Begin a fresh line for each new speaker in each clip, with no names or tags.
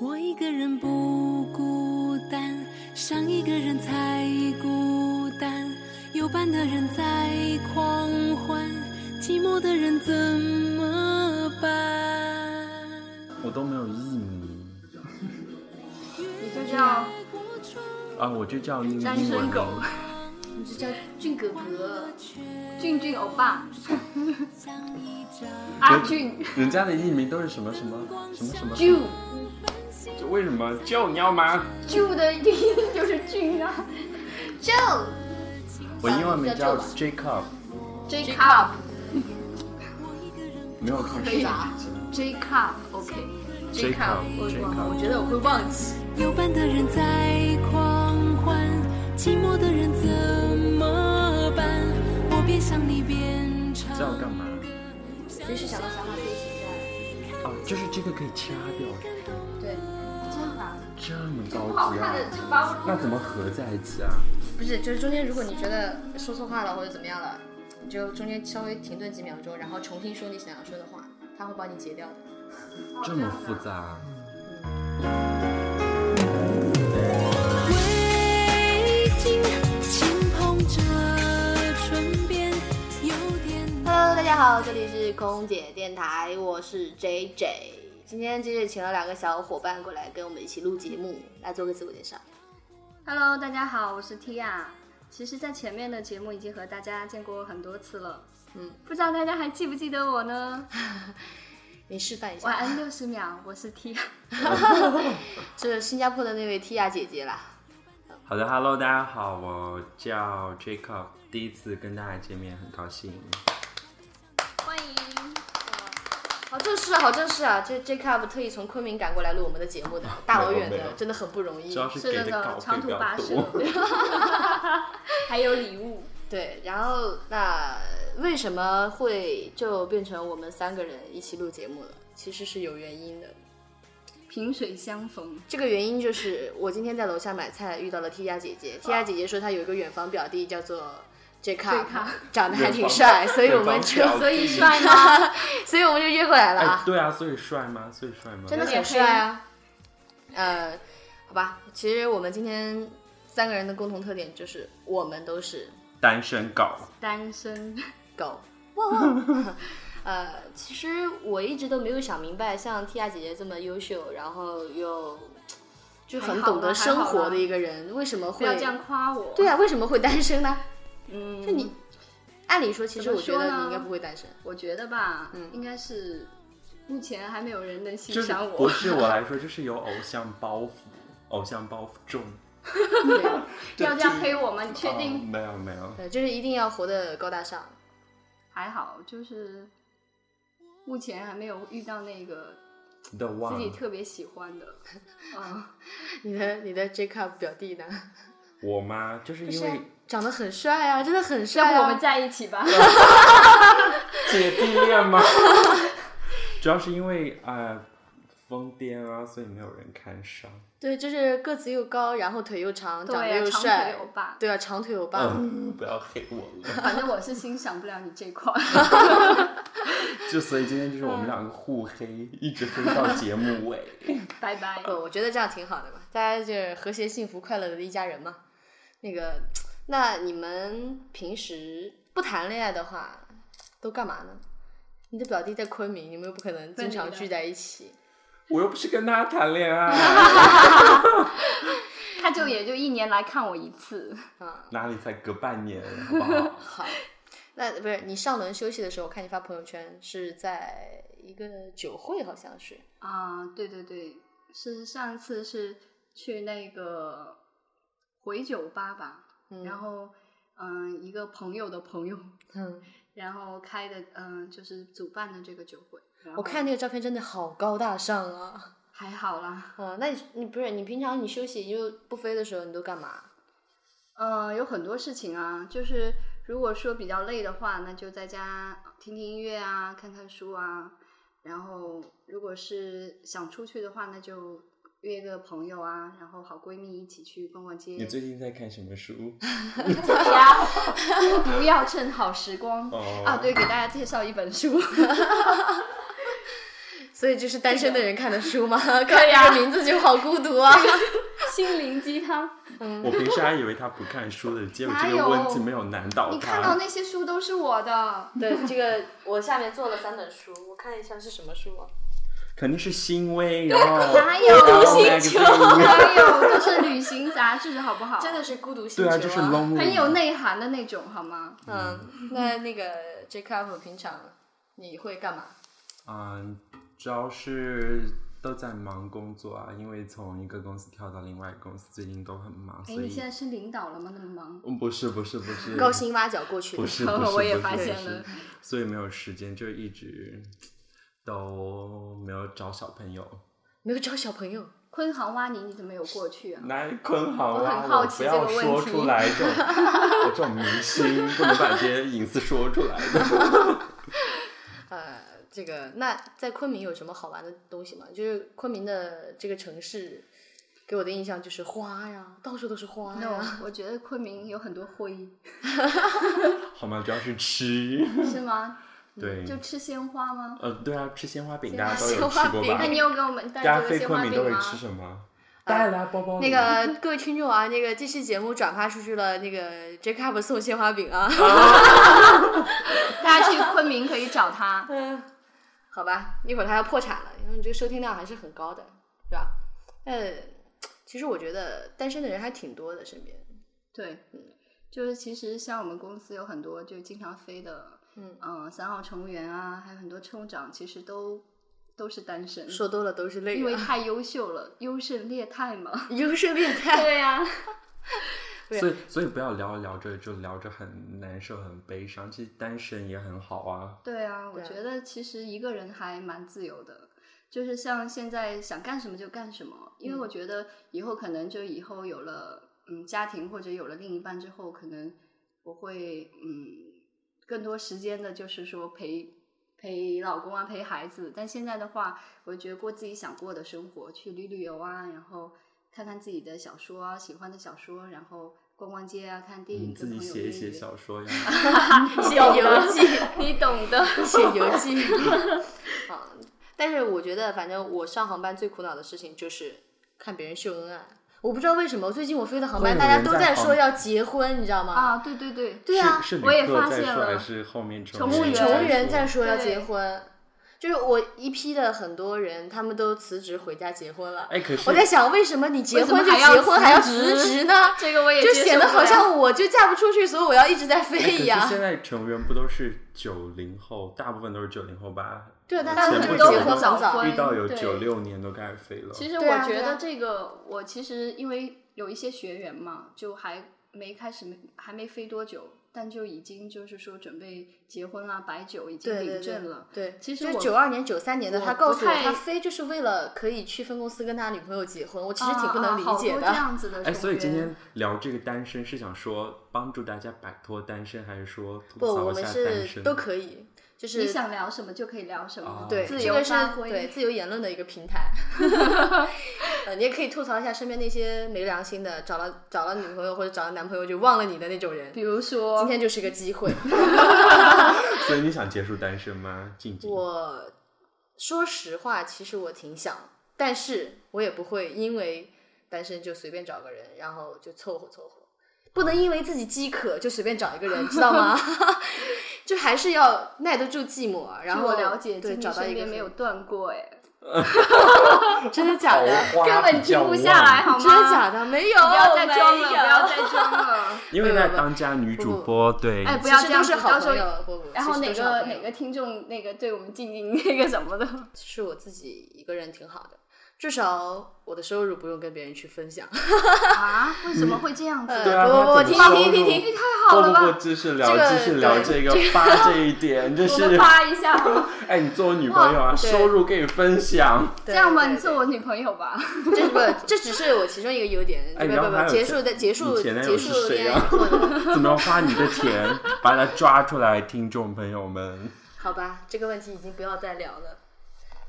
我一个人不孤单，想一个人才孤单。有伴的人在狂欢，寂寞的人怎么办？
我都没有艺名
你就叫
啊，我就叫英
单
英
身
文
狗
名。
你就叫俊哥哥，
俊俊欧巴、
像
阿俊、
人家的艺名都是什么什么什么什么？
俊
就为什么就你要吗？
俊的拼音就是俊啊
就
我英文名叫
叫
Jacob，
，Jacob
没有看
可以吧
Jacob OK
Jacob，
我我
Jacob
我觉得我会忘记。
有伴的人在狂欢，寂寞的人怎么办？我变想你变成
叫我干嘛？
随时想到想法可以写下来。
啊，就是这个可以掐掉，
对，啊
这样吧，
这么
不好
高级
看的
啊！
就把我
那怎么合在一起啊？
不是，就是中间如果你觉得说错话了或者怎么样了，你就中间稍微停顿几秒钟，然后重新说你想要说的话，他会帮你截掉的。
这么复杂？
围巾轻捧着唇边，有点
Hello，大家好，这里是空姐电台，我是 JJ。今天 JJ 请了两个小伙伴过来跟我们一起录节目，来做个自我介绍。
Hello，大家好，我是 Tia。其实，在前面的节目已经和大家见过很多次了，
嗯，
不知道大家还记不记得我呢？
你示范一
晚
下，
安六十秒，我是 Tia。
这是新加坡的那位 Tia 姐姐啦。
好的，Hello，大家好，我叫 Jacob，第一次跟大家见面，很高兴。
欢迎。
好正式啊，好正式啊！这 Jacob 特意从昆明赶过来录我们的节目的，大老远的，真的很不容易
主。要是
是
给
那
的稿
个
费
长
比
途
较
跋
多。
涉，还有礼物。
对，然后那为什么会就变成我们三个人一起录节目了？其实是有原因的。
萍水相逢，
这个原因就是我今天在楼下买菜遇到了 T 丫姐姐，T 丫姐姐说她有一个远房表弟叫做 Jacob，
Jacob
长得还挺帅，所以我们就
远房表弟所以帅
吗？ 所以我们就约过来了
哎
啊，，
对啊，所以帅吗？所以帅吗？
真的很帅啊。呃，好吧，其实我们今天三个人的共同特点就是我们都是
单身狗，
单身。
狗。 呃，其实我一直都没有想明白，像 T 亚姐姐这么优秀，然后又就很懂得生活的一个人，为什么
不
会
要这样夸我。
对，啊，为什么会单身呢？
嗯，
就你，按理说，其实
怎么
我觉得
说呢
你应该不会 单身。
我觉得吧，
嗯
应该是目前还没有人能欣
就是
赏我。
不是我来说，就是有偶像包袱，偶像包袱重。
对，
要这样黑我吗？你确
哦
定？
没有没有，
对，就是一定要活得高大上。
还好，就是目前还没有遇到那个
你的忘
自己
了。
特别喜欢的。嗯，
你的你的 Jacob 表弟呢？
我吗？就是
就
因
是啊
为
长得很帅啊，真的很帅
要
啊。
不我们在一起吧？啊
姐弟恋 吗？主要是因为啊疯癫啊，所以没有人看上。
对，就是个子又高，然后腿又长，长得
对
又
呀，长腿
帅。
欧 巴。
对啊，长腿欧巴。
嗯，不要黑我了。
反正我是欣赏不了你这 块。
就所以今天就是我们两个互黑，一直黑到节目尾。
拜拜。
不，我觉得这样挺好的嘛，大家就是和谐、幸福、快乐的一家人嘛。那个，那你们平时不谈恋爱的话，都干嘛呢？你的表弟在昆明，你们又不可能经常聚在一起。
我又不是跟他谈恋 爱，
他就也就一年来看我一 次。
哪里才隔半年，好不好？
啊好，那不是你上轮休息的时候，我看你发朋友圈是在一个酒会，好像是。
啊，对对对，是上次是去那个回酒吧吧，
嗯
然后嗯，一个朋友的朋友，
嗯，
然后开的嗯，就是主办的这个酒会。然
我
后
看那个照片真的好高大上啊！
还好啦，
啊，那你你不是你平常你休息就不飞的时候，你都干嘛？
嗯，有很多事情啊，就是如果说比较累的话，那就在家听听音乐啊，看看书啊。然后如果是想出去的话，那就约个朋友啊，然后好闺蜜一起去逛逛街。
你最近在看什么书？
呀，不要趁好时光啊
哦
啊！对，给大家介绍一本书，
所以这是单身的人看的书吗？ 看这个名字就好孤独啊！
心灵鸡汤。
我平时还以为他不看书的，结果这
哪
个
有
问题没有难倒
你看到
他。
那些书都是 我的，
对，这个我下面做了三本书，我看一下是什么书啊？
肯定是欣慰，然后
哪
哎
有
然后
孤独星球
magazine
还有都是旅行杂志，好不好？
真的是孤独星
对
球
啊，就是 lonely，
很有内涵的那种，好吗？
嗯，那那个 Jacob 平常你会干嘛？
嗯，主要是都在忙工作啊，因为从一个公司跳到另外一个公司，最近都很忙，
哎，
所
你
以
现在是领导了吗？那么忙，
嗯，不是不是不是，
高薪挖角过去的
嗯不， 是不
呵
是不
呵
是，
嗯我也
不
发
是
现了，
所以没有时间，就一直都没有找小朋友。
没有找小朋友。
昆航挖泥你怎么有过去啊？
那坤好
我
啊，
很好
我不
奇这
要
个问
说
题
出来 这种我这种明星，不能把这些隐私说出来的。
呃，这个那在昆明有什么好玩的东西吗？就是昆明的这个城市，给我的印象就是花呀，到处都是花哎呀。
no，我觉得昆明有很多灰，
好吗？主要是 吃，
是吗？
对，
就吃鲜花吗？
呃，对啊，吃鲜花饼
花
大家都有
鲜花
吃过
饼
吧？
那你有给我们带
啊大家
这个
飞
鲜
昆
花
明都
饼
会
吗？
吃什么？带啦，包包里。
那个各位听众啊，那个这期节目转发出去了，那个 Jacob 送鲜花饼啊，
大家去昆明可以找他。
好吧，一会儿他要破产了，因为你这个收听量还是很高的，是吧？呃，其实我觉得单身的人还挺多的，身边。
对，就是其实像我们公司有很多就经常飞的，
嗯
呃，三号乘务员啊，还有很多乘务长，其实都都是单身，
说多了都是泪啊，
嗯因为太优秀了，优胜劣汰 嘛。
优胜劣汰。
对呀、
所以所以不要聊着聊着就聊着很难受、很悲伤。其实单身也很好啊。
对啊，我
对
觉得其实一个人还蛮自由的，就是像现在想干什么就干什么，因为
嗯
我觉得以后可能就以后有了嗯家庭或者有了另一半之后，可能我会嗯更多时间的就是说陪陪老公啊陪孩子，但现在的话，我觉得过自己想过的生活，去旅旅游啊，然后看看自己的小说啊，喜欢的小说，然后逛逛街啊，看电
你
影，
嗯自己
跟朋友
写一
约
写
约
小说呀。
写游记，
啊 你懂的。
写游 记。啊，但是我觉得，反正我上航班最苦恼的事情就是看别人秀恩爱。我不知道为什么，最近我飞的航班
会有
大家
人
都
在
在
航
说要结婚，你知道吗？
啊，对对 对，
对啊
是是
我也
旅客
发
在
现
说还
了
是后面
乘
乘
务
员
员
在
乘务
说
员在说要
对
结婚，就是我一批的很多人，他们都辞职回家结婚了。
哎，可是
我在想，为什么你结
为什
婚
么
就
还要
结婚还要
辞职
辞职呢？
这个我也
就
接
显
受
得
不
好
了
像我就嫁不出去，所以我要一直在
哎可
飞
是
一样。
现在乘务员不都是九零后，大部分都是九零后吧？
对大
我
家
前
都
不
是
久
结婚早
婚
遇到有
对
九六年都开始飞了。
其实
对
我
啊
觉
对啊
得这个，我其实因为有一些学员嘛，就还没开始没还没飞多久，但就已经就是说准备结婚啊、摆酒，已经
对
领
对
证
对
了。
对，
其实
就是
我
九二年、九三年的，
我
他
不
告诉我
太
他飞就是为了可以去分公司跟他女朋友结婚，我其实挺不
啊
能
啊
理
好
解
多
的。
这样子的
哎，所以今
学员
天聊这个单身是想说帮助大家摆脱单身，还是说吐
不，
槽
我
一下
们
单
是
身？
都可以，就是
你想聊什么就可以聊什么
哦，
对，
自
这
由
个是
发挥。
对自由言论的一个平台。呃，你也可以吐槽一下身边那些没良心的，找了找了女朋友或者找了男朋友就忘了你的那种人。
比如
今
说，
天就是个机 会。
所以你想结束单身吗？静静，
我说实话，其实我挺想，但是我也不会因为单身就随便找个人，然后就凑合凑合。不能因为自己饥渴就随便找一个人，知道吗？ 就还是要耐得住寂寞，然
据
后
我了解，
对
今
找
天
到
身
一个
边没有
合
断过，哎，
适真的假的？
桃花
根本
比
停
较
不下
旺
来，好吗？
真的假的？没有，
不要再装了，不
没有
要再装了。
因为
不不
在
不
当家女
不
主
不
播，对，
哎，不
其
要
实
这样
都是
子，
好
到时候
朋友，不不，
然后
其
哪
实都是好
个
朋友
哪个听众那个对我们静静 那个什么的，
是我自己一个人挺好的，至少我的收入不用跟别人去分享。
啊？为什么会这样子？
呃
对啊，
不
那
不不
怎么
停
收
停停
入
停
太好了
不不
吧
不，？知识聊
这个
知识聊这
对
个发这一点，这
我
是
们
啊
啪一 下好吗，
哎，你做我女朋友啊，
对
收入跟你分享。
这
这样吧，你做我女朋友吧。
这不，这只是我其中一个优点。
哎
不
然后还有
不不，结束的结束
你前男友
结束
是谁
恋
啊
爱以后的，
怎么样花你的钱把它抓出来，听众朋友们？
好吧，这个问题已经不要再聊了。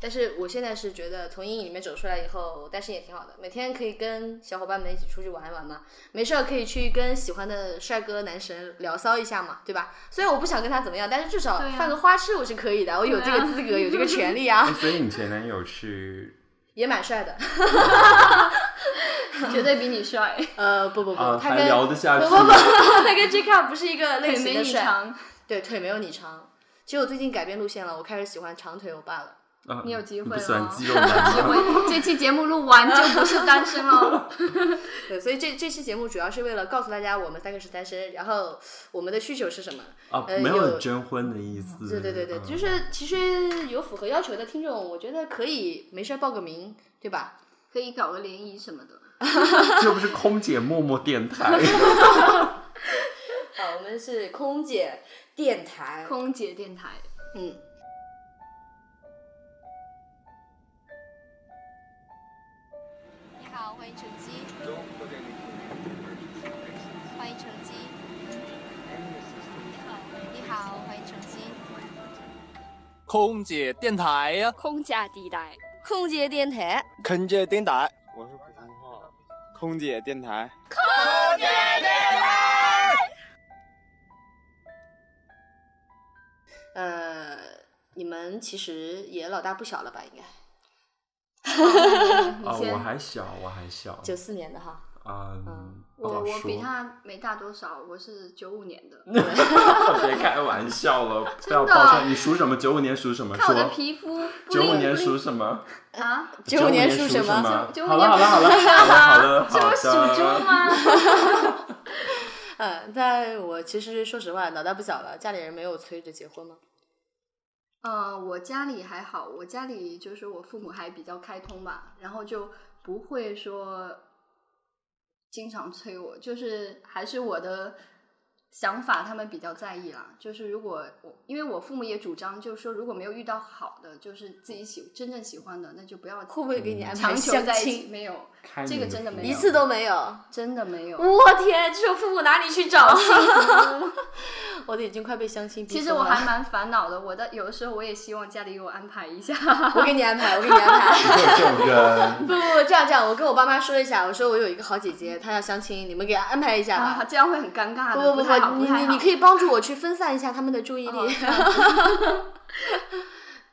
但是我现在是觉得从阴影里面走出来以后，单身也挺好的，每天可以跟小伙伴们一起出去玩一玩嘛，没事儿可以去跟喜欢的帅哥男神聊骚一下嘛，对吧？虽然我不想跟他怎么样，但是至少
对啊
犯个花痴我是可以的，我有这个资格，有这个权利 啊
哎，所以你前男友是
也蛮帅的。
绝对比你 帅，
呃，不不不，
啊，
他
还
跟
聊得下去
不不不， 他跟 J Cup 不是一个类
腿
型
没
的
你
帅，
长。
对腿没有你长。其实我最近改变路线了，我开始喜欢长腿欧巴了。
啊
你有机会
不
哦
喜欢
咯
肌肉男
结
吗？
婚这期节目录完就不是单身 喽。
对，所以这这期节目主要是为了告诉大家我们三个是单身，然后我们的需求是什么。
啊，
呃
没
有
有征婚的意思。
对对对对，就
嗯
是其实有符合要求的听众，我觉得可以没事儿报个名，对吧？
可以搞个联谊什么的。
这不是空姐默默电 台。
啊，我们是空姐电台，
空姐电台，
嗯。
你好，欢迎乘机。欢迎乘机。你好，你好，欢迎乘机。
空姐电台呀、
空姐地带，空姐电台，
空姐电台，我是普通话，空姐电台。
呃，你们其实也老大不小了吧？应该
啊，
你先
我
啊
还小，我还小。
九四年的哈，
嗯，不
我
好
我
说
比他没大多少，我是九五年 的，
别开玩笑了，不要
真的
抱歉。你属什么？九五年属什么？
看我的
说。
皮肤，
九五年属什么？
啊，
95年
属
属什么
么？
九95
好了好了
年
好了 好了好
这
了
不是
好
属
的
猪。吗？
呃，但我其实说实话，老大不小了，家里人没有催着结婚吗？
呃，我家里还好，我家里就是我父母还比较开通吧，然后就不会说经常催我，就是还是我的想法他们比较在意啦。就是如果我，因为我父母也主张，就是说如果没有遇到好的，就是自己喜真正喜欢的，那就不要
会不会给你安排
嗯强求
相
在一起。
亲？
没有，
开
这个
明
真的
福
没
一
有
次都没有，
真的没有。
我天，这种父母哪里去 找？我的已经快被相亲逼
其
疯
实我
了
还蛮烦恼的，我的有的时候我也希望家里给我安排一下。
我给你安排，我给你安排。
会有这种人
不不不，这样这样，我跟我爸妈说一下，我说我有一个好姐姐，她要相亲，你们给她安排一下吧。
啊，这样会很尴尬的，
不不
不
不哦
太好，
你
太
你
好哦
你可以帮助我去分散一下他们的注意力。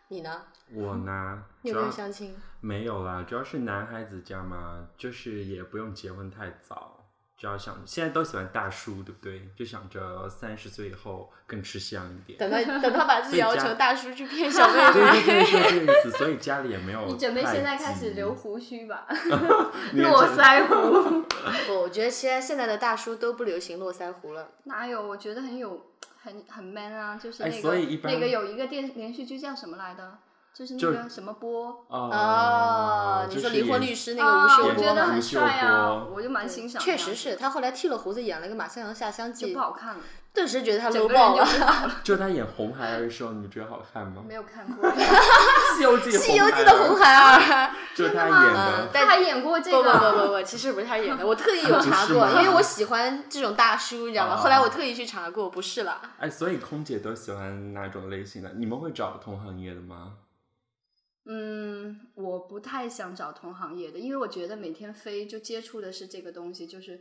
你呢？
我呢，
你有
主
没
要
有相亲？
没有啦，主要是男孩子家嘛，就是也不用结婚太早，只要想现在都喜欢大叔，对不对？就想着三十岁以后更吃香一点。
等他等他把自
所
己
以
熬
家
成大叔去骗小妹
对
妹。
对对对对对，所以家里也没有。
你准备现在开始留？胡须吧，
你 也
络
真
腮胡？
不，我觉得现在现在的大叔都不流行络腮胡了。
哪有？我觉得很有很很 man 啊，就是
哎
那个、
所以一般
那个有一个电连续剧叫什么来的？就是那
就
个什么波
哦
哦，，你
就
说
是
离婚
也
律师那个吴
啊，我
秀
觉
波
得
嘛
很
吴？秀
帅啊，
波
我就蛮欣赏的。
确实是他后来剃了胡子，演了个马向阳下乡
就
记
不，好看了，
顿时觉得他
整
low
个人
爆
就
了。
不好了。
就他演红孩儿的时候，你们觉得好看吗？
没有看过，
《西游记》《
《西游记》的红，孩 儿，
就是他演
嗯，
的。
他
但
还演过这
不不
个。
不不不，其实不是他演的，我 特意有查
不是
过，
吗
因为我喜欢这种大叔，你知道吗？
啊
后来我特意去查过，不是啦，
哎，所以空姐都喜欢哪种类型的？你们会找同行业的吗？
嗯，我不太想找同行业的，因为我觉得每天飞就接触的是这个东西，就是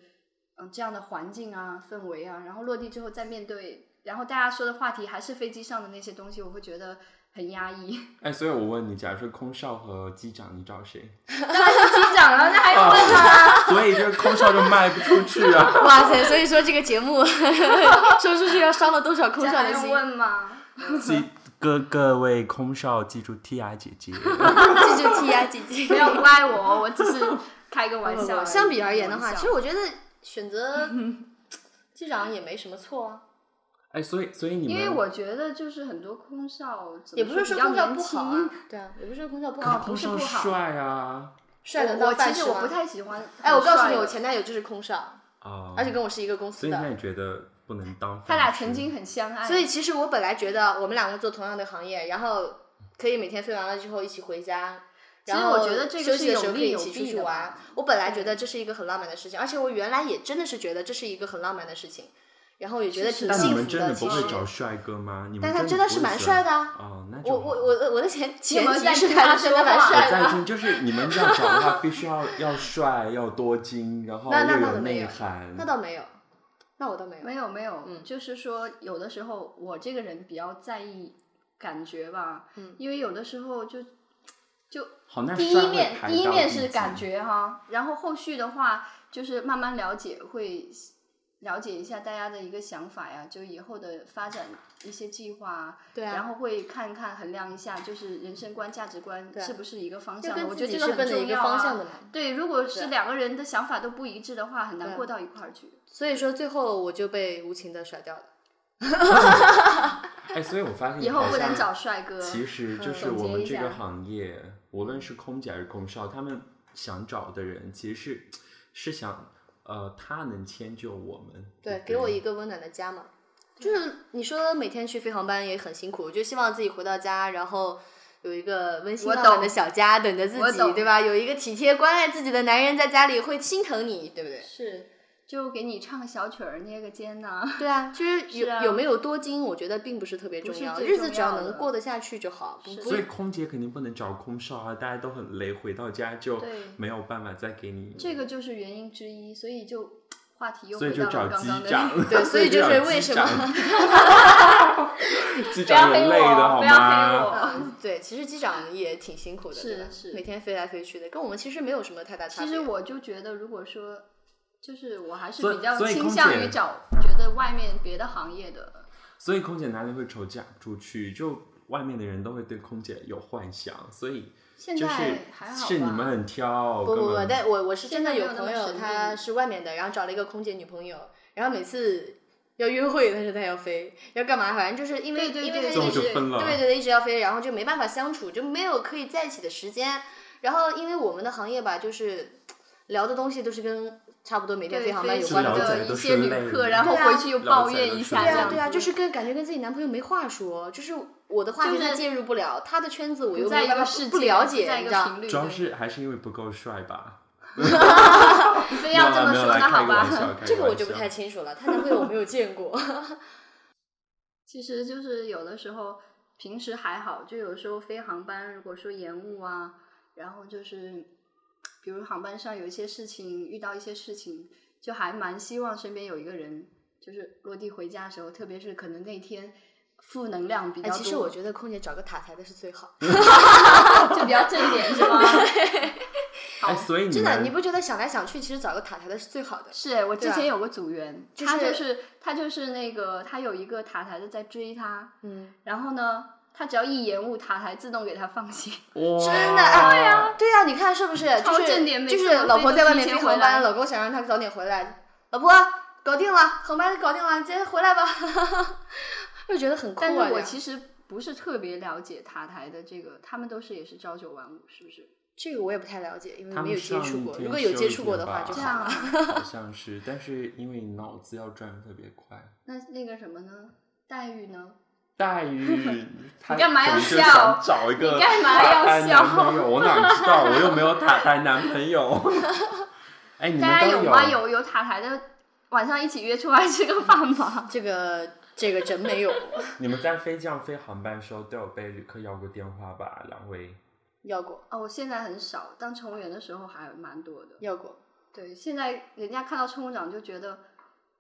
嗯这样的环境啊、氛围啊，然后落地之后再面对，然后大家说的话题还是飞机上的那些东西，我会觉得很压抑。
哎，所以我问你，假如说空少和机长，你找谁？
当然是机长了，
哎
那还用问
啊
吗？
所以这个空少就卖不出去啊！
哇塞！所以说这个节目 说出去要伤了多少空
这
少
还
的
用
心？
问吗？
记各各位空少记住 T R 姐姐，
记住 T 啊，姐姐
不。要怪我，我只是开个玩
不不
笑而
不
已。
相比而言的话，
开个玩笑
其实我觉得 选择机长也没什么错啊，
哎，所以所以你们
因为我觉得就是很多空少，怎么
嗯也不是
说
说
比较年
空少不好
轻
啊，对啊，也不是说空少不
可是
好，
空
不是
少
不好，
帅啊
帅的
我
到
我
饭
其实
是
我
吗
不？太喜欢很帅的。
哎，我告诉你，我前男友就是空少，
啊！
而且跟我是一个公司
所以那
的。
你觉得不能当？
他俩曾经很相爱，
所以其实我本来觉得我们两个做同样的行业，然后可以每天飞完了之后一起回家。
其实
然后
我觉得这个
休
是
息的时
有
候可
利
以一
有
起出
弊
去
的
玩
吧。
我本来觉得这是一个很浪漫的事情，而且我原来也真的是觉得这是一个很浪漫的事情。然后也觉得挺
但你
幸
们
福
真的
的。
不
其实
会，找帅哥吗？你们
但他
真
真
的
的
不
是
会
蛮
喜
帅
欢
的啊。
哦，那就
我
好
我我的我的前
有
前
没有
提
在
是
听
他
他
真的
说
蛮
话
帅
帅
我
的。
在听，就是你们这样找的话，必须要要帅，要多金，然后
那那
又
那倒没
内
有
涵。
那倒没有，那我倒没有。
没有没有，
嗯
就是说有的时候我这个人比较在意感觉吧，
嗯
因为有的时候就就
好，那
第
帅
一
会
面
排
第一
到
面
第
是
几
感，觉哈，然后后续的话就是慢慢了解，会了解一下大家的一个想法呀，就以后的发展一些计划啊，
对啊，
然后会看看衡量一下，就是人生观、价值观
对啊
是不是一个方
就
向的。
跟
我
自
觉得
己
这
是奔
很
着一
重
个
要
方向
啊。
的嘛。
对，如果
对啊
是两个人的想法都不一致的话，很
对啊
难过到一块儿去。
所以说最后我就被无情的甩掉了。
哎，所以我发现
以后
好
不能
像
找帅哥。
其实就
嗯
是
总
我
结
们
一
这个
下
行业，无论是空姐还是空少，他们想找的人其实是是想，呃，他能迁就我们。
对
不，
给我一个温暖的家嘛。就是你说每天去飞航班也很辛苦，就希望自己回到家，然后有一个温馨
我
浪漫
懂
的小家等着自
我
己，
懂
对吧？有一个体贴关爱自己的男人在家里会心疼你，对不对？
是，就给你唱个小曲儿，捏个肩呐、
对啊，就是
是
有
啊
有没有多金，我觉得并不是特别
不
重
是
要，
最
日子
重
只要
要
能
的
过得下去就好。不
是
不
所以空姐肯定不能找空少啊，大家都很累，回到家就
对
没有办法再给你。
这个就是原因之一，所以就话题又
所
回
以就
到
找
了
机
刚刚的
长，
对所以就是
找
为
机
什么
长 机
不要
长
黑
很
我，
累的好
不要黑
吗？
我。
对，其实机长也挺辛苦的，
是
对吧
是
每天飞来飞去的，跟我们其实没有什么太大差
其
别。
实我就觉得，如果说，就是我还是
所以
比较
所以
倾
空
向
姐
于找觉得外面别的行业的。
所以空姐哪里会愁嫁出去？就外面的人都会对空姐有幻想，所以
现
就
在
是
还好吧？
是你们很挑，
不
根
不不，
本
但我我是真
现
的
在没
有
有那
朋
么
友，
神
他
秘
是外面的，然后找了一个空姐女朋友，然后每次要约会，但是他要飞，要干嘛？反正就是因为
对对
因为他
对
一
最后
直
就分了。
对对对一直要飞，然后就没办法相处，就没有可以在一起的时间。然后因为我们的行业吧，就是聊的东西都是跟差不多每天飞
对
航班
飞
有
是
行
关
了
的东
解。
西
啊
的
都
一
是
些
累
旅客，然后
对啊
回去又
老
抱
宅
怨
都
一
是
下，这
对啊
样
对啊，
子
就是跟感觉跟自己男朋友没话说，就是我的话
就
题
是
他介入不了，他的圈子我又
不在
没
一
办
个
法
世界，
不了解，
在一
你知
个
道。
频率，
主要
对
是还是因为不够帅吧？
你非
不
要这么说，那好吧。
这个我就不
啊
太清楚了，她男朋友我没有 见过。
哎其实就是有的时候平时还好，就有时候飞航班，如果说延误啊，然后就是比如航班上有一些事情，遇到一些事情，就还蛮希望身边有一个人，就是落地回家的时候，特别是可能那天负能量比较
哎，
多，
其实我觉得 空姐找个塔台的是最好。
就比较正点是吗？
哎，所以你
真的，
们
你不觉得想来想去，其实找个塔台的是最好的。
是我之
对啊
前有个组员，
就是
他就是他就是那个他有一个塔台的在追他，
嗯，
然后呢，他只要一延误，塔台自动给他放行。
哇
真的，哎对呀，对呀，你看是不是？就
啊超
是
正点每
就
次
是
我
老
飞
婆
都
在外
提
面
前
飞
回
航班，
来
老公想让她早点回来，老婆搞定了，航班搞定了，今天回来吧。 就觉得很酷啊
但！是
这
我
样
其实不是特别了解塔台的这个，他们都是也是朝九晚五，是不是？
这个我也不太了解，因为
他
没
们
有接
上
触
一
过。
天
如果有
休
接
一
触
天
过的话，
吧
就
这
好
样
了。
啊？
好像是，但是因为脑子要转特别快，
那那个什么呢？待遇呢？
待遇他
干嘛
可能
要
就想
笑
找一个
你干嘛要
塔台男
笑
朋友我哪知道？我又没有塔台男朋友。 哎，你
大
们
家
都
有吗？有有塔台的，晚上一起约出来吃个饭吗？
这个这个真没有，
你们在飞机上飞航班的时候都有被旅客要过电话吧？两位，
要过
哦，我现在很少，当乘务员的时候还蛮多的。
要 过。
对，现在人家看到乘务长就觉得。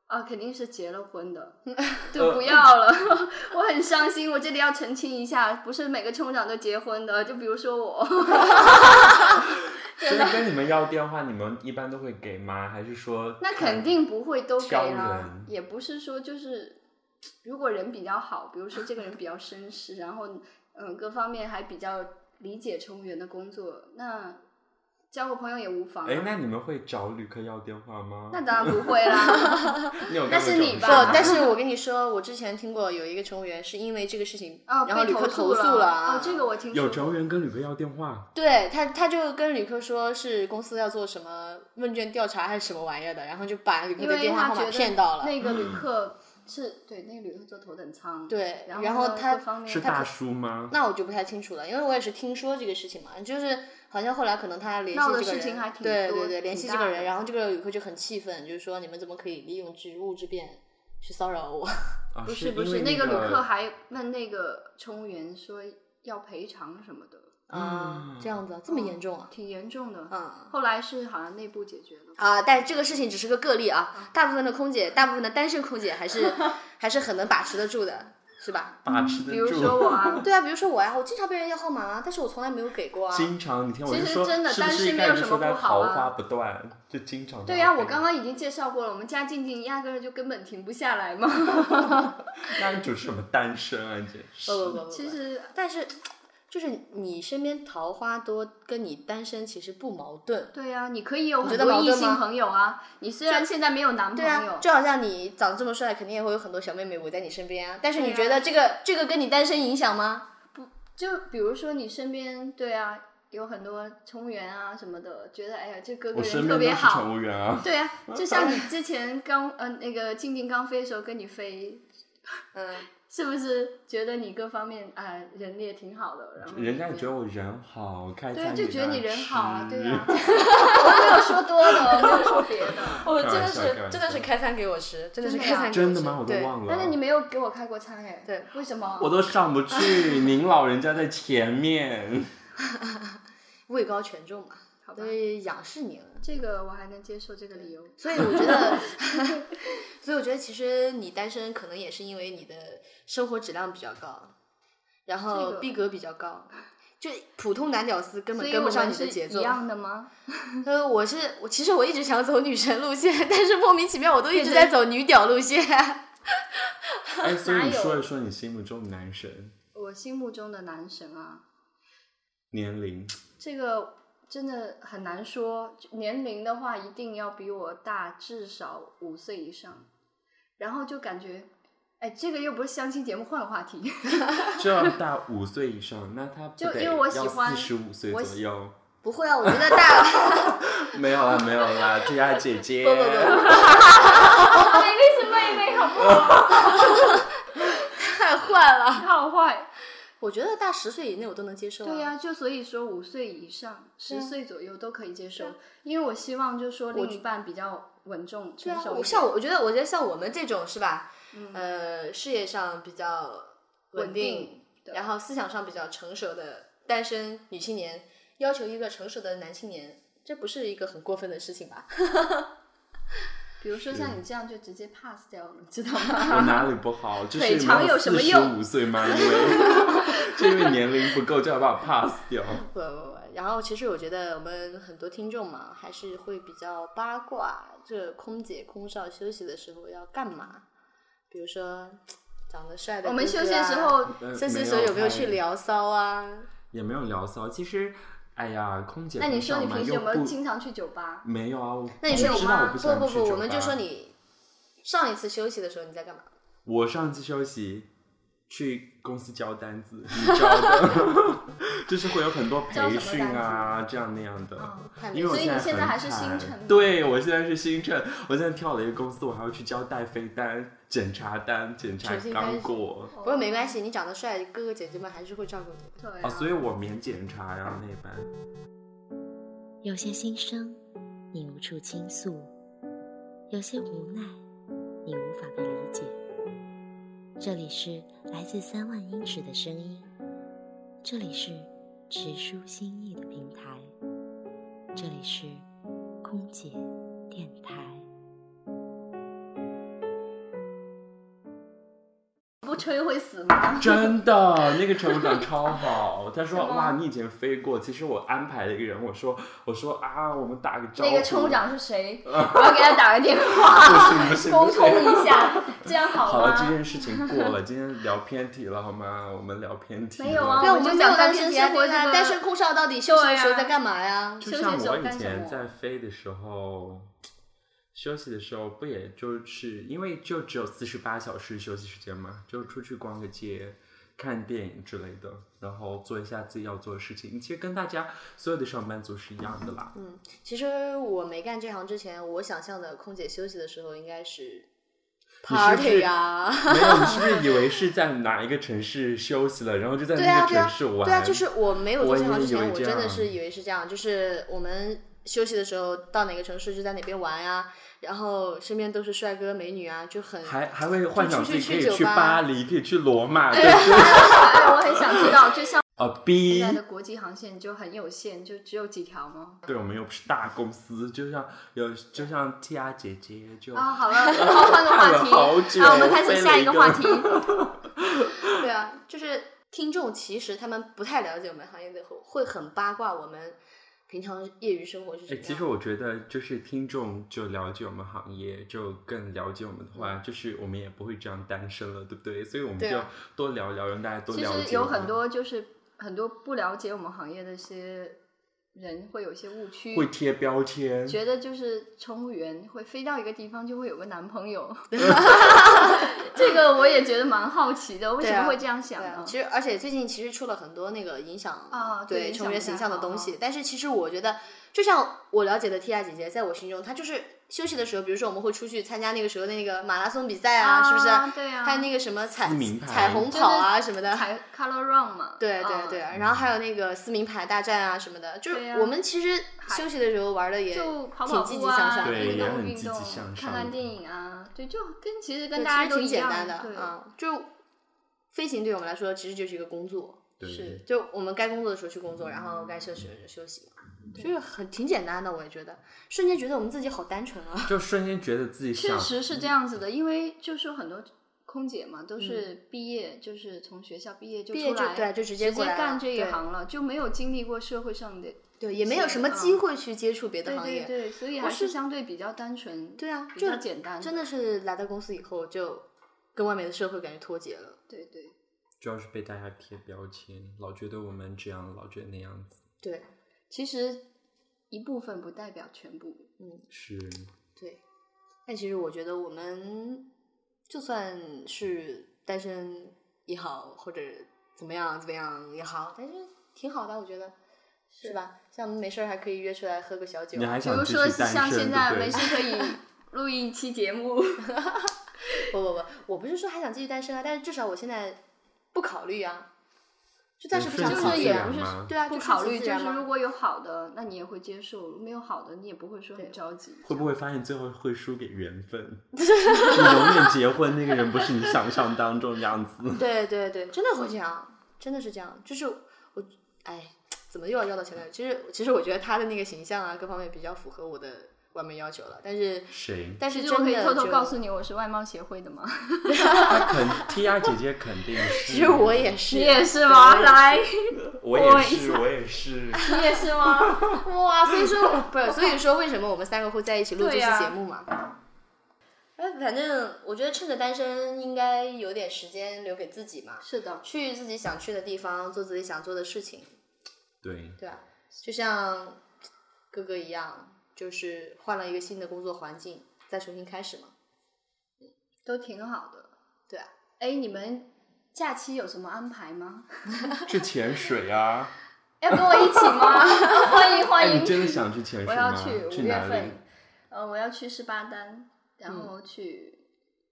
啊，肯定是结了婚的， 就不要了。 我很伤心，我这里要澄清一下，不是每个乘务长都结婚的。就比如说我，
所以跟你们要电话，你们一般都会给吗？还是说
那肯定不会都给啊
挑
啦
人，
也不是说就是，如果人比较好，比如说这个人比较绅士，然后嗯各方面还比较理解乘务员的工作，那交个朋友也无妨、啊。
哎，那你们会找旅客要电话吗？
那当然不会啦。
你有
那
干过
是
这
你
种
吧
事
不
吗，
但是我跟你说，我之前听过有一个乘务员是因为这个事情，
哦，
然后
被
旅客
投
诉
了
啊。
哦，这个我听说
有
过
乘务员跟旅客要电话，
对他，他就跟旅客说是公司要做什么问卷调查还是什么玩意儿的，然后就把旅客
因
的
为
电话
他
号
觉
码
得
骗到了。
那个
嗯
旅客是对那个旅客坐头等舱，，
对，
然
然
后
后
呢
他
各方面
是大叔吗？
那我就不太清楚了，因为我也是听说这个事情嘛，就是好像后来可能他联系
闹
这
的
个人，
事情还挺
对
多
对对，联
挺
系这
大
个人，
的
然后这个旅客就很气愤，就是说你们怎么可以利用职务之便去骚扰我。
啊，
不
是
不
因
是，
为
那
个
个旅客还问那个乘务员说要赔偿什么的，
啊，这样子啊这么严重啊？
嗯挺严重的。
啊
后来是好像内部解决了。
啊！但这个事情只是个个例啊，大部分的空姐，大部分的单身空姐还 是还是很能把持得住的，是吧？
把持得住。
比如说我 啊，
对啊，比如说我呀、我经常被人要号码啊，但是我从来没有给过啊。
经常你听我
其
就
实
说，
真的
是不
单
是
身
一
没
开
有
始
什
说
么
他
不好
桃
啊
花不断，就经常
对
呀、
呀、我刚刚已经介绍过了，我们家静静压根儿就根本停不下来 嘛。
那你主持什么单身啊？你简 直
不不不不 不，
其实
但是就是你身边桃花多，跟你单身其实不矛盾。
对呀、你可以有
你觉
很
得
多
矛
异
盾
性
吗
朋友啊。你虽然现在没有男朋
对啊
友，，
就好像你长这么帅，肯定也会有很多小妹妹围在你身边啊。但是你
对
觉
啊
得这个、这个跟你单身影响吗？
就比如说你身边，对啊，有很多乘务员啊什么的，觉得哎呀这哥哥
我
人
身边都
特别
是
好。
乘务员啊，
对 啊，就像你之前刚呃那个静静刚飞的时候跟你飞，
嗯，
是不是觉得你各方面啊、哎人也挺好的？然后
人家也觉得我人好，开
对啊，
餐
就
给
觉得
大
你
家
人好啊，对啊。
吃
我没有说多的，我没有说别的。
我
开
真的
玩笑
是
开玩
真的是
笑
开餐给我吃，真的是
真的
开
啊
餐给我
真
吃。
的吗？我都
对
忘了。
但是你没有给我开过餐哎，
对，
为什么？
我都上不去，您老人家在前 面。
位高权重嘛，
好吧
所以仰视你了。
这个我还能接受这个理由。
所以我觉得， 所以我觉得其实你单身可能也是因为你的生活质量比较高，然
这个
后逼格比较高，就普通男屌丝根
所
本
以
跟不
我
上
们
你的
是
节奏
一。样的吗？
呃，我是我，其实我一直想走女神路线， 但是莫名其妙我都一直
变
在
成
走女屌路线。
哎，所以
哪
你
有
说一说你心目中的男 神
我心目中的男神啊，
年龄，
这个真的很难说。就年龄的话，一定要比我大至少五岁以上。然后就感觉，哎，这个又不是相亲节目，换个话题。
就要大五岁以上，那他
就因为我喜欢
四十五岁
我
左
喜
右。
不会啊，我觉得大
没有啦，没有啦，这家姐 姐。
不不不，哎
明明是妹妹，好不好？
太坏了。
好坏。
我觉得大十岁以内我都能接受、啊。啊
对呀、就所以说五岁以上、十岁左右都可以接受，因为我希望就是说另一半比较稳重、
对
成
啊，
熟一
我
点。
像我，我觉得，我觉得像我们这种是吧？呃，事业上比较稳
稳定对
然后思想上比较成熟的单身女青年，要求一个成熟的男青年，这不是一个很过分的事情吧？
比如说像你这样就直接 pass 掉了，你 知道吗？
我哪里不好？就
腿
是
长有什么用
五岁吗？因为就因为年龄不够，就要把我 pass 掉。
不不不，然后其实我觉得我们很多听众嘛，还是会比较八卦，这空姐空少休息的时候要干嘛？比如说长得帅的、啊
我们休息的时，候，
休息的时候有没有去
呃太？
聊骚啊？
也没有聊骚。其实，哎呀，空姐
那你说你
空少嘛
平时有没
又
有
不
经常去酒吧？
没有啊？我
那你
我
说
知道
你妈
我不喜
不
欢
不
去
不，
酒
我们就
吧
说你上一次休息的时候你在干嘛？
我上次休息去公司交单子，你知道的，就是会有很多
交什
培
么
训啊，这样那样
嗯
的。
嗯
太没
因为我
所以你
现
现在
很
还是新
惨
程吗
对我现在是新城，我现在跳了一个公司，我还要去交代飞单、检查单、检查
重新开
刚
始
果
哦
不过没关系，你长得帅，哥哥姐姐们还是会照顾你的。
对、
啊，所以我免检查呀那 班。
有些心声，你无处倾诉；有些无奈，你无法被理解。这里是来自三万英尺的声音，这里是直抒心意的平台，这里是空姐电台。
不吹会死吗？
真的，那个乘务长超好。他说：“
是吗
哇，你以前飞过。”其实我安排了一个人，我说：“我说啊，我们打个招呼。”
那个冲长 是谁？我要给他打个电话，
不是不
沟
是
通一下，这样好
好
吗？
了，这件事情过了，今天聊偏题了好吗？我们聊偏题了。
没有啊
对，
我
我
就
们没
讲
有
到
单
这
身
些
生活
这个
呀，但是空少到底休息的时候
啊
在干嘛呀？
就
休息
像
的时候
我以
干什
前
么
在飞的时候，休息的时候不也就是因为就只有四十八小时休息时间嘛，就出去逛个街、看电影之类的，然后做一下自己要做的事情。其实跟大家所有的上班族是一样的 啦。
其实我没干这行之前，我想象的空姐休息的时候应该是
你是不是
party 啊。
没有，你是不是以为是在哪一个城市休息了，然后就在
对
那
啊，
个
对啊
城市，玩？
对啊，就是我没有做
我
这
也
行之
以为
前，我
这
真的
样
是以为是这样，就是我们休息的时候到哪个城市就在哪边玩呀、然后身边都是帅哥美女啊，就很
还还会幻想
就
自
出
己
去
可以
去酒
去
吧
巴黎，可以去罗 马，对
哎，我很想知道，就像
啊
现
，B，
在的国际航线就很有限，就只有几条吗？
对我们又不是大公司，就像有就像 T R 姐姐就
哦
啊，好了，好换个话
看了
题，
好久，
啊，我们开始
飞了
下一 个话题。
对啊，就是听众其实他们不太了解我们行业的，会会很八卦我们平常业余生活是什
哎，
么
其
样
实。我觉得，就是听众就了解我们行业，就更了解我们的话，就是我们也不会这样单身了，对不对？所以我们
对
就
啊
多聊聊，让大家多
其
了啊解。
实有很多就是很多不了解我们行业的一些人会有一些误区，
会贴标签，
觉得就是乘务员会飞到一个地方就会有个男 朋友， 这个我也觉得蛮好奇的，为
对
什
啊
么会这样想
哎
对啊
呢，？
其实而且最近其实出了很多那个影响
啊对
对
影响
成员
不
形
太
象的
好
东
啊
西，但是其实我觉得，就像我了解的 T R 姐姐，在我心中，她就是休息的时候，比如说我们会出去参加那个时候的那个马拉松比赛啊，是不是？
啊对啊
还有那个什么彩
撕名牌
彩虹
就是
跑啊什么的，
才 color run 嘛，
对
嗯
对对，然后还有那个撕名牌大战啊什么的，就是
对呀
我们其实休息的时候玩的也
就跑
挺
跑
积
步
极向
啊，
上，
对
运
也
动
很
运
积极
动
向，
看
上
看
的
电影啊，对，就跟其实
对
跟大家
其实
都
挺
一
简
样，
单的
对，
啊。就飞行对我们来说，其实就是一个工作，
对
是就我们该工作的时候去工作，然后该休息的时候就休息嘛，就是很挺简单的，我也觉得，瞬间觉得我们自己好单纯啊。
就瞬间觉得自己
确
想
实是这样子的，因为就是很多空姐嘛，都是毕业，就是从学校毕业就
嗯毕业
出
就
来，
对，就直
直
接
接
过来
干
了
这一
对
行了，就没有经历过社会上的，
对，也没有什么机会去接触别的
啊对
行业
对，对，所以
我
还是
是
相对比较单纯，
对啊
比
就
较简单，
真的是来到公司以后就跟外面的社会感觉脱节了。
对对。
主要是被大家贴标签，老觉得我们这样，老觉得那样子，
对，
其实一部分不代表全部，
是
对，但其实我觉得我们就算是单身也好，或者怎么样怎么样也好，但是挺好的，我觉得是吧？像我们没事儿还可以约出来喝个小酒
你
啊，
还
比
想
如
继
说
续单
像
身，
现
对
在
不对
没事？可 以录一期节目，
不不不，我不是说还想继续单身啊，但是至少我现在不考虑啊，就暂时不
顺
想
其
考虑
自
啊
然嘛
对啊，
不
就顺
考
其
虑，
自
就
然
是
嘛
如果有好的，那你也会接受；没有好的，你也不会说很着急。
会不会发现最后会输给缘分？ 你永远结婚那个人不是你想象当中的样子。
对对对，真的会这样，真的是这样。就是我，哎，怎么又要要到前男友？其实其实我觉得他的那个形象啊，各方面比较符合我的完美要求了。但是
谁
但
其
是
实我
真
可以
的
偷偷
就
告诉，你，我是外貌协会的嘛。
他肯 T R 姐姐肯定是，
其实我也是，
你也是吗？
对
来，
我
我
也
一
是，
下
我也是。
你也是 吗？
哇，所以说不是，所 以说为什么我们三个会在一起录这
对
期
呀
节目嘛？哎，反正我觉得趁着单身，应该有点时间留给自己嘛，
是的，
去自己想去的地方，做自己想做的事情。
对，
对啊，就像哥哥一样，就是换了一个新的工作环境，再重新开始 嘛。
都挺好的。
对啊，
哎，你们假期有什么安排吗？
去潜水啊！
要跟我一起 吗？欢迎欢
哎，
迎
你，真的 想去潜水
我
吗？
要去五
哪
月
里
份？，呃，我要去士巴丹，然
嗯
后去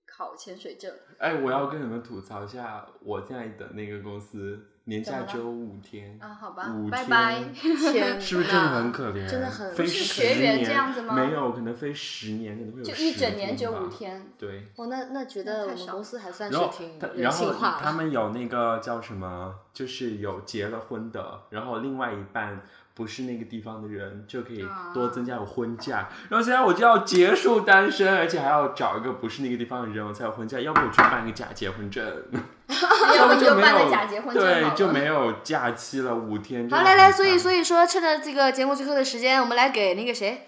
考潜水证。
哎，我要跟你们吐槽一下，我在的那个公司年假只有五天
啊好吧
五
拜
天
拜
天
是不是真的很可怜？
真的很
飞
是
十
学员
年
这样子吗
没有，可能飞十年，可能会有
就一
10
整年只有
吧
五。天，
对，
哇，哦那那觉得
太
我们
少
公司还算是
然后
挺
他，
人
然
性
后
化
他
了。
们有那个叫什么，就是有结了婚的，然后另外一半不是那个地方的人，就可以多增
啊
加有婚假。然后现在我就要结束单身，而且还要找一个不是那个地方的人，我才有婚假。要不我去办个假结婚 证，
要
要
不
不
你就
没
办
有
个假结婚证好
对，
了
就没有假期了，五天。
好，来来，所以所
以
以说，趁着这个节目最后的时间，我们来给那个谁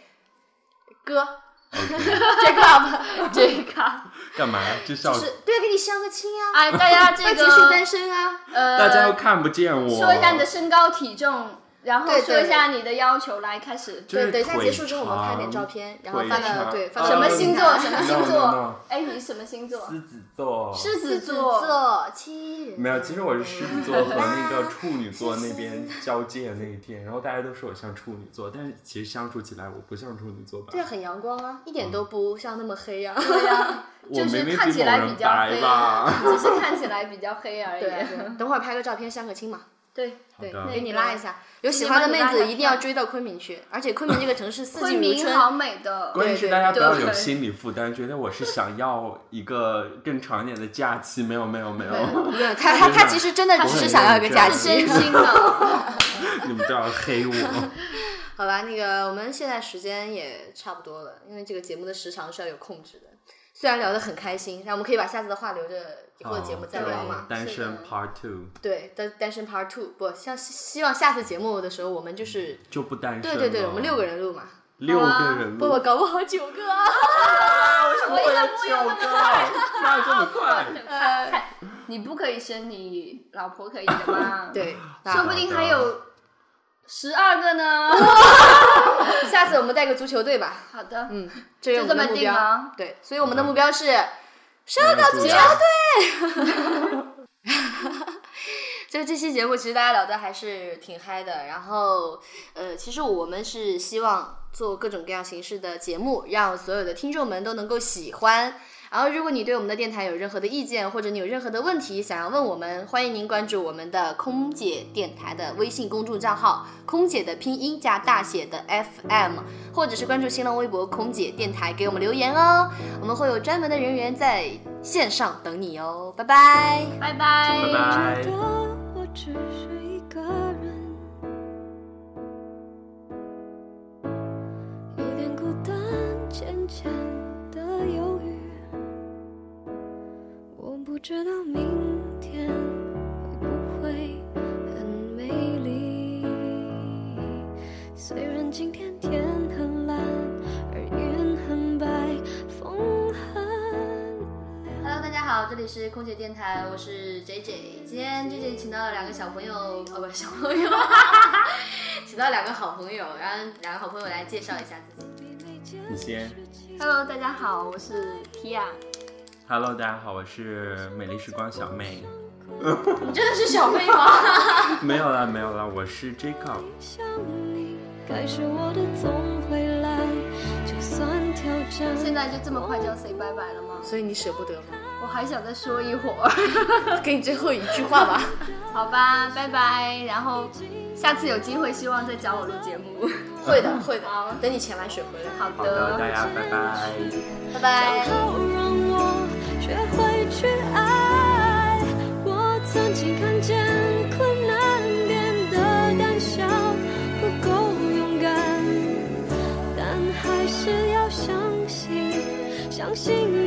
哥 Jack up，
这个啊
干嘛？就是
就
要
是对，给你相个亲啊，
哎，大家这
那
个
结束单身啊。
呃，
大家又看不见我，
说一下你的身高体重，然后
对对
说一下你的要求，来开始。
就
对，
是
等一下
腿
结束之后，我们
长
拍点照片，然后
腿
发到
长
对发
呃
到
什么星座？什么
no,
星
no, no
座？哎，你什么星座？
狮子座，
狮
狮
子
子
座。
座七人
没有，其实我是狮子座和那个处女座那边交界那一天，然后大家都说我像处女座，但是其实相处起来我不像处女座吧
对，啊，很阳光啊，一点都不像那么黑啊。
对呀，
我
就
明
是
明
看
比
起
某
来比
人
较
白
黑啊
吧。
只是看起来比较黑而已
对。啊，对啊等会儿拍个照片相个亲嘛。
对
好
对，
的
那
给你
个
拉一下，有喜
直接
欢的
帮你
妹
拉一
子
下
一定要追到昆明去，而且昆明这个城市四季
昆
如
明
春，
好美的，
关键是
对
大家不
对
要
对
有心理负担，觉得我是想要一个更长一点的假期，没有没有没有，
没有他他
真的
他其实真的只是想要一个假
我很
期
真。心的。
你们不要黑我。
好吧，那个我们现在时间也差不多了，因为这个节目的时长是要有控制的。虽然聊得很开心，但我们可以把下次的话留着以后的节目再聊
对
嘛。
单
是
身
的
Part Two
哦对，单单身 Part Two 不，像希希望下次节目的时候，我们就是
就不单身
对对对，
了
我们六个，人录嘛，
六个人
不
录，
不，搞不好九个啊。
我有九个，那这么快？
呃，你不可以生你老婆可以的吗？，
对，
说
那
不定还有十二个 呢。
下次我们带个足球队吧。
好的，
嗯，这是我
就这
们
么
的目
定
标
吗。
对，所以我们的目标是十二个啊
个
足球队。就这期节目，其实大家聊的还是挺嗨的。然后，呃，其实我们是希望做各种各样形式的节目，让所有的听众们都能够喜欢。然后，如果你对我们的电台有任何的意见，或者你有任何的问题想要问我们，欢迎您关注我们的空姐电台的微信公众账号“空姐”的拼音加大写的 FM，或者是关注新浪微博“空姐电台”给我们留言哦，我们会有专门的人员在线上等你哦，拜拜。
拜拜，
拜拜。
觉得我只是一个人，有点孤单，浅浅的忧郁。我不知道明天会不会很美丽。虽然今天天很蓝，而云很白，风很凉。
Hello，大家好，这里是空姐电台，我是 JJ。今天 JJ 请到了两个小朋友，哦不，小朋友， 请到两个好朋友，让两个好朋友来介绍一下自己。
你先
Hello，大家好，我是 Kia。
，Hello，大家好，我是美丽时光小妹。
你真的是小啊妹吗？
没有啦，没有啦，我是 Jacob。
想你，该是我的总会来，就算挑战。
现在就这么快就要 say 拜拜了吗？
所以你舍不得吗？
我还想再说一会儿，
给你最后一句话吧。
好吧，拜拜。然后下次有机会，希望再找我录节目。
会的，会的，等你钱完水回来。好，
好的，大家拜拜。
拜拜。
好让我学会去爱。我曾经看见困难变得胆小，不够勇敢，但还是要相信，相信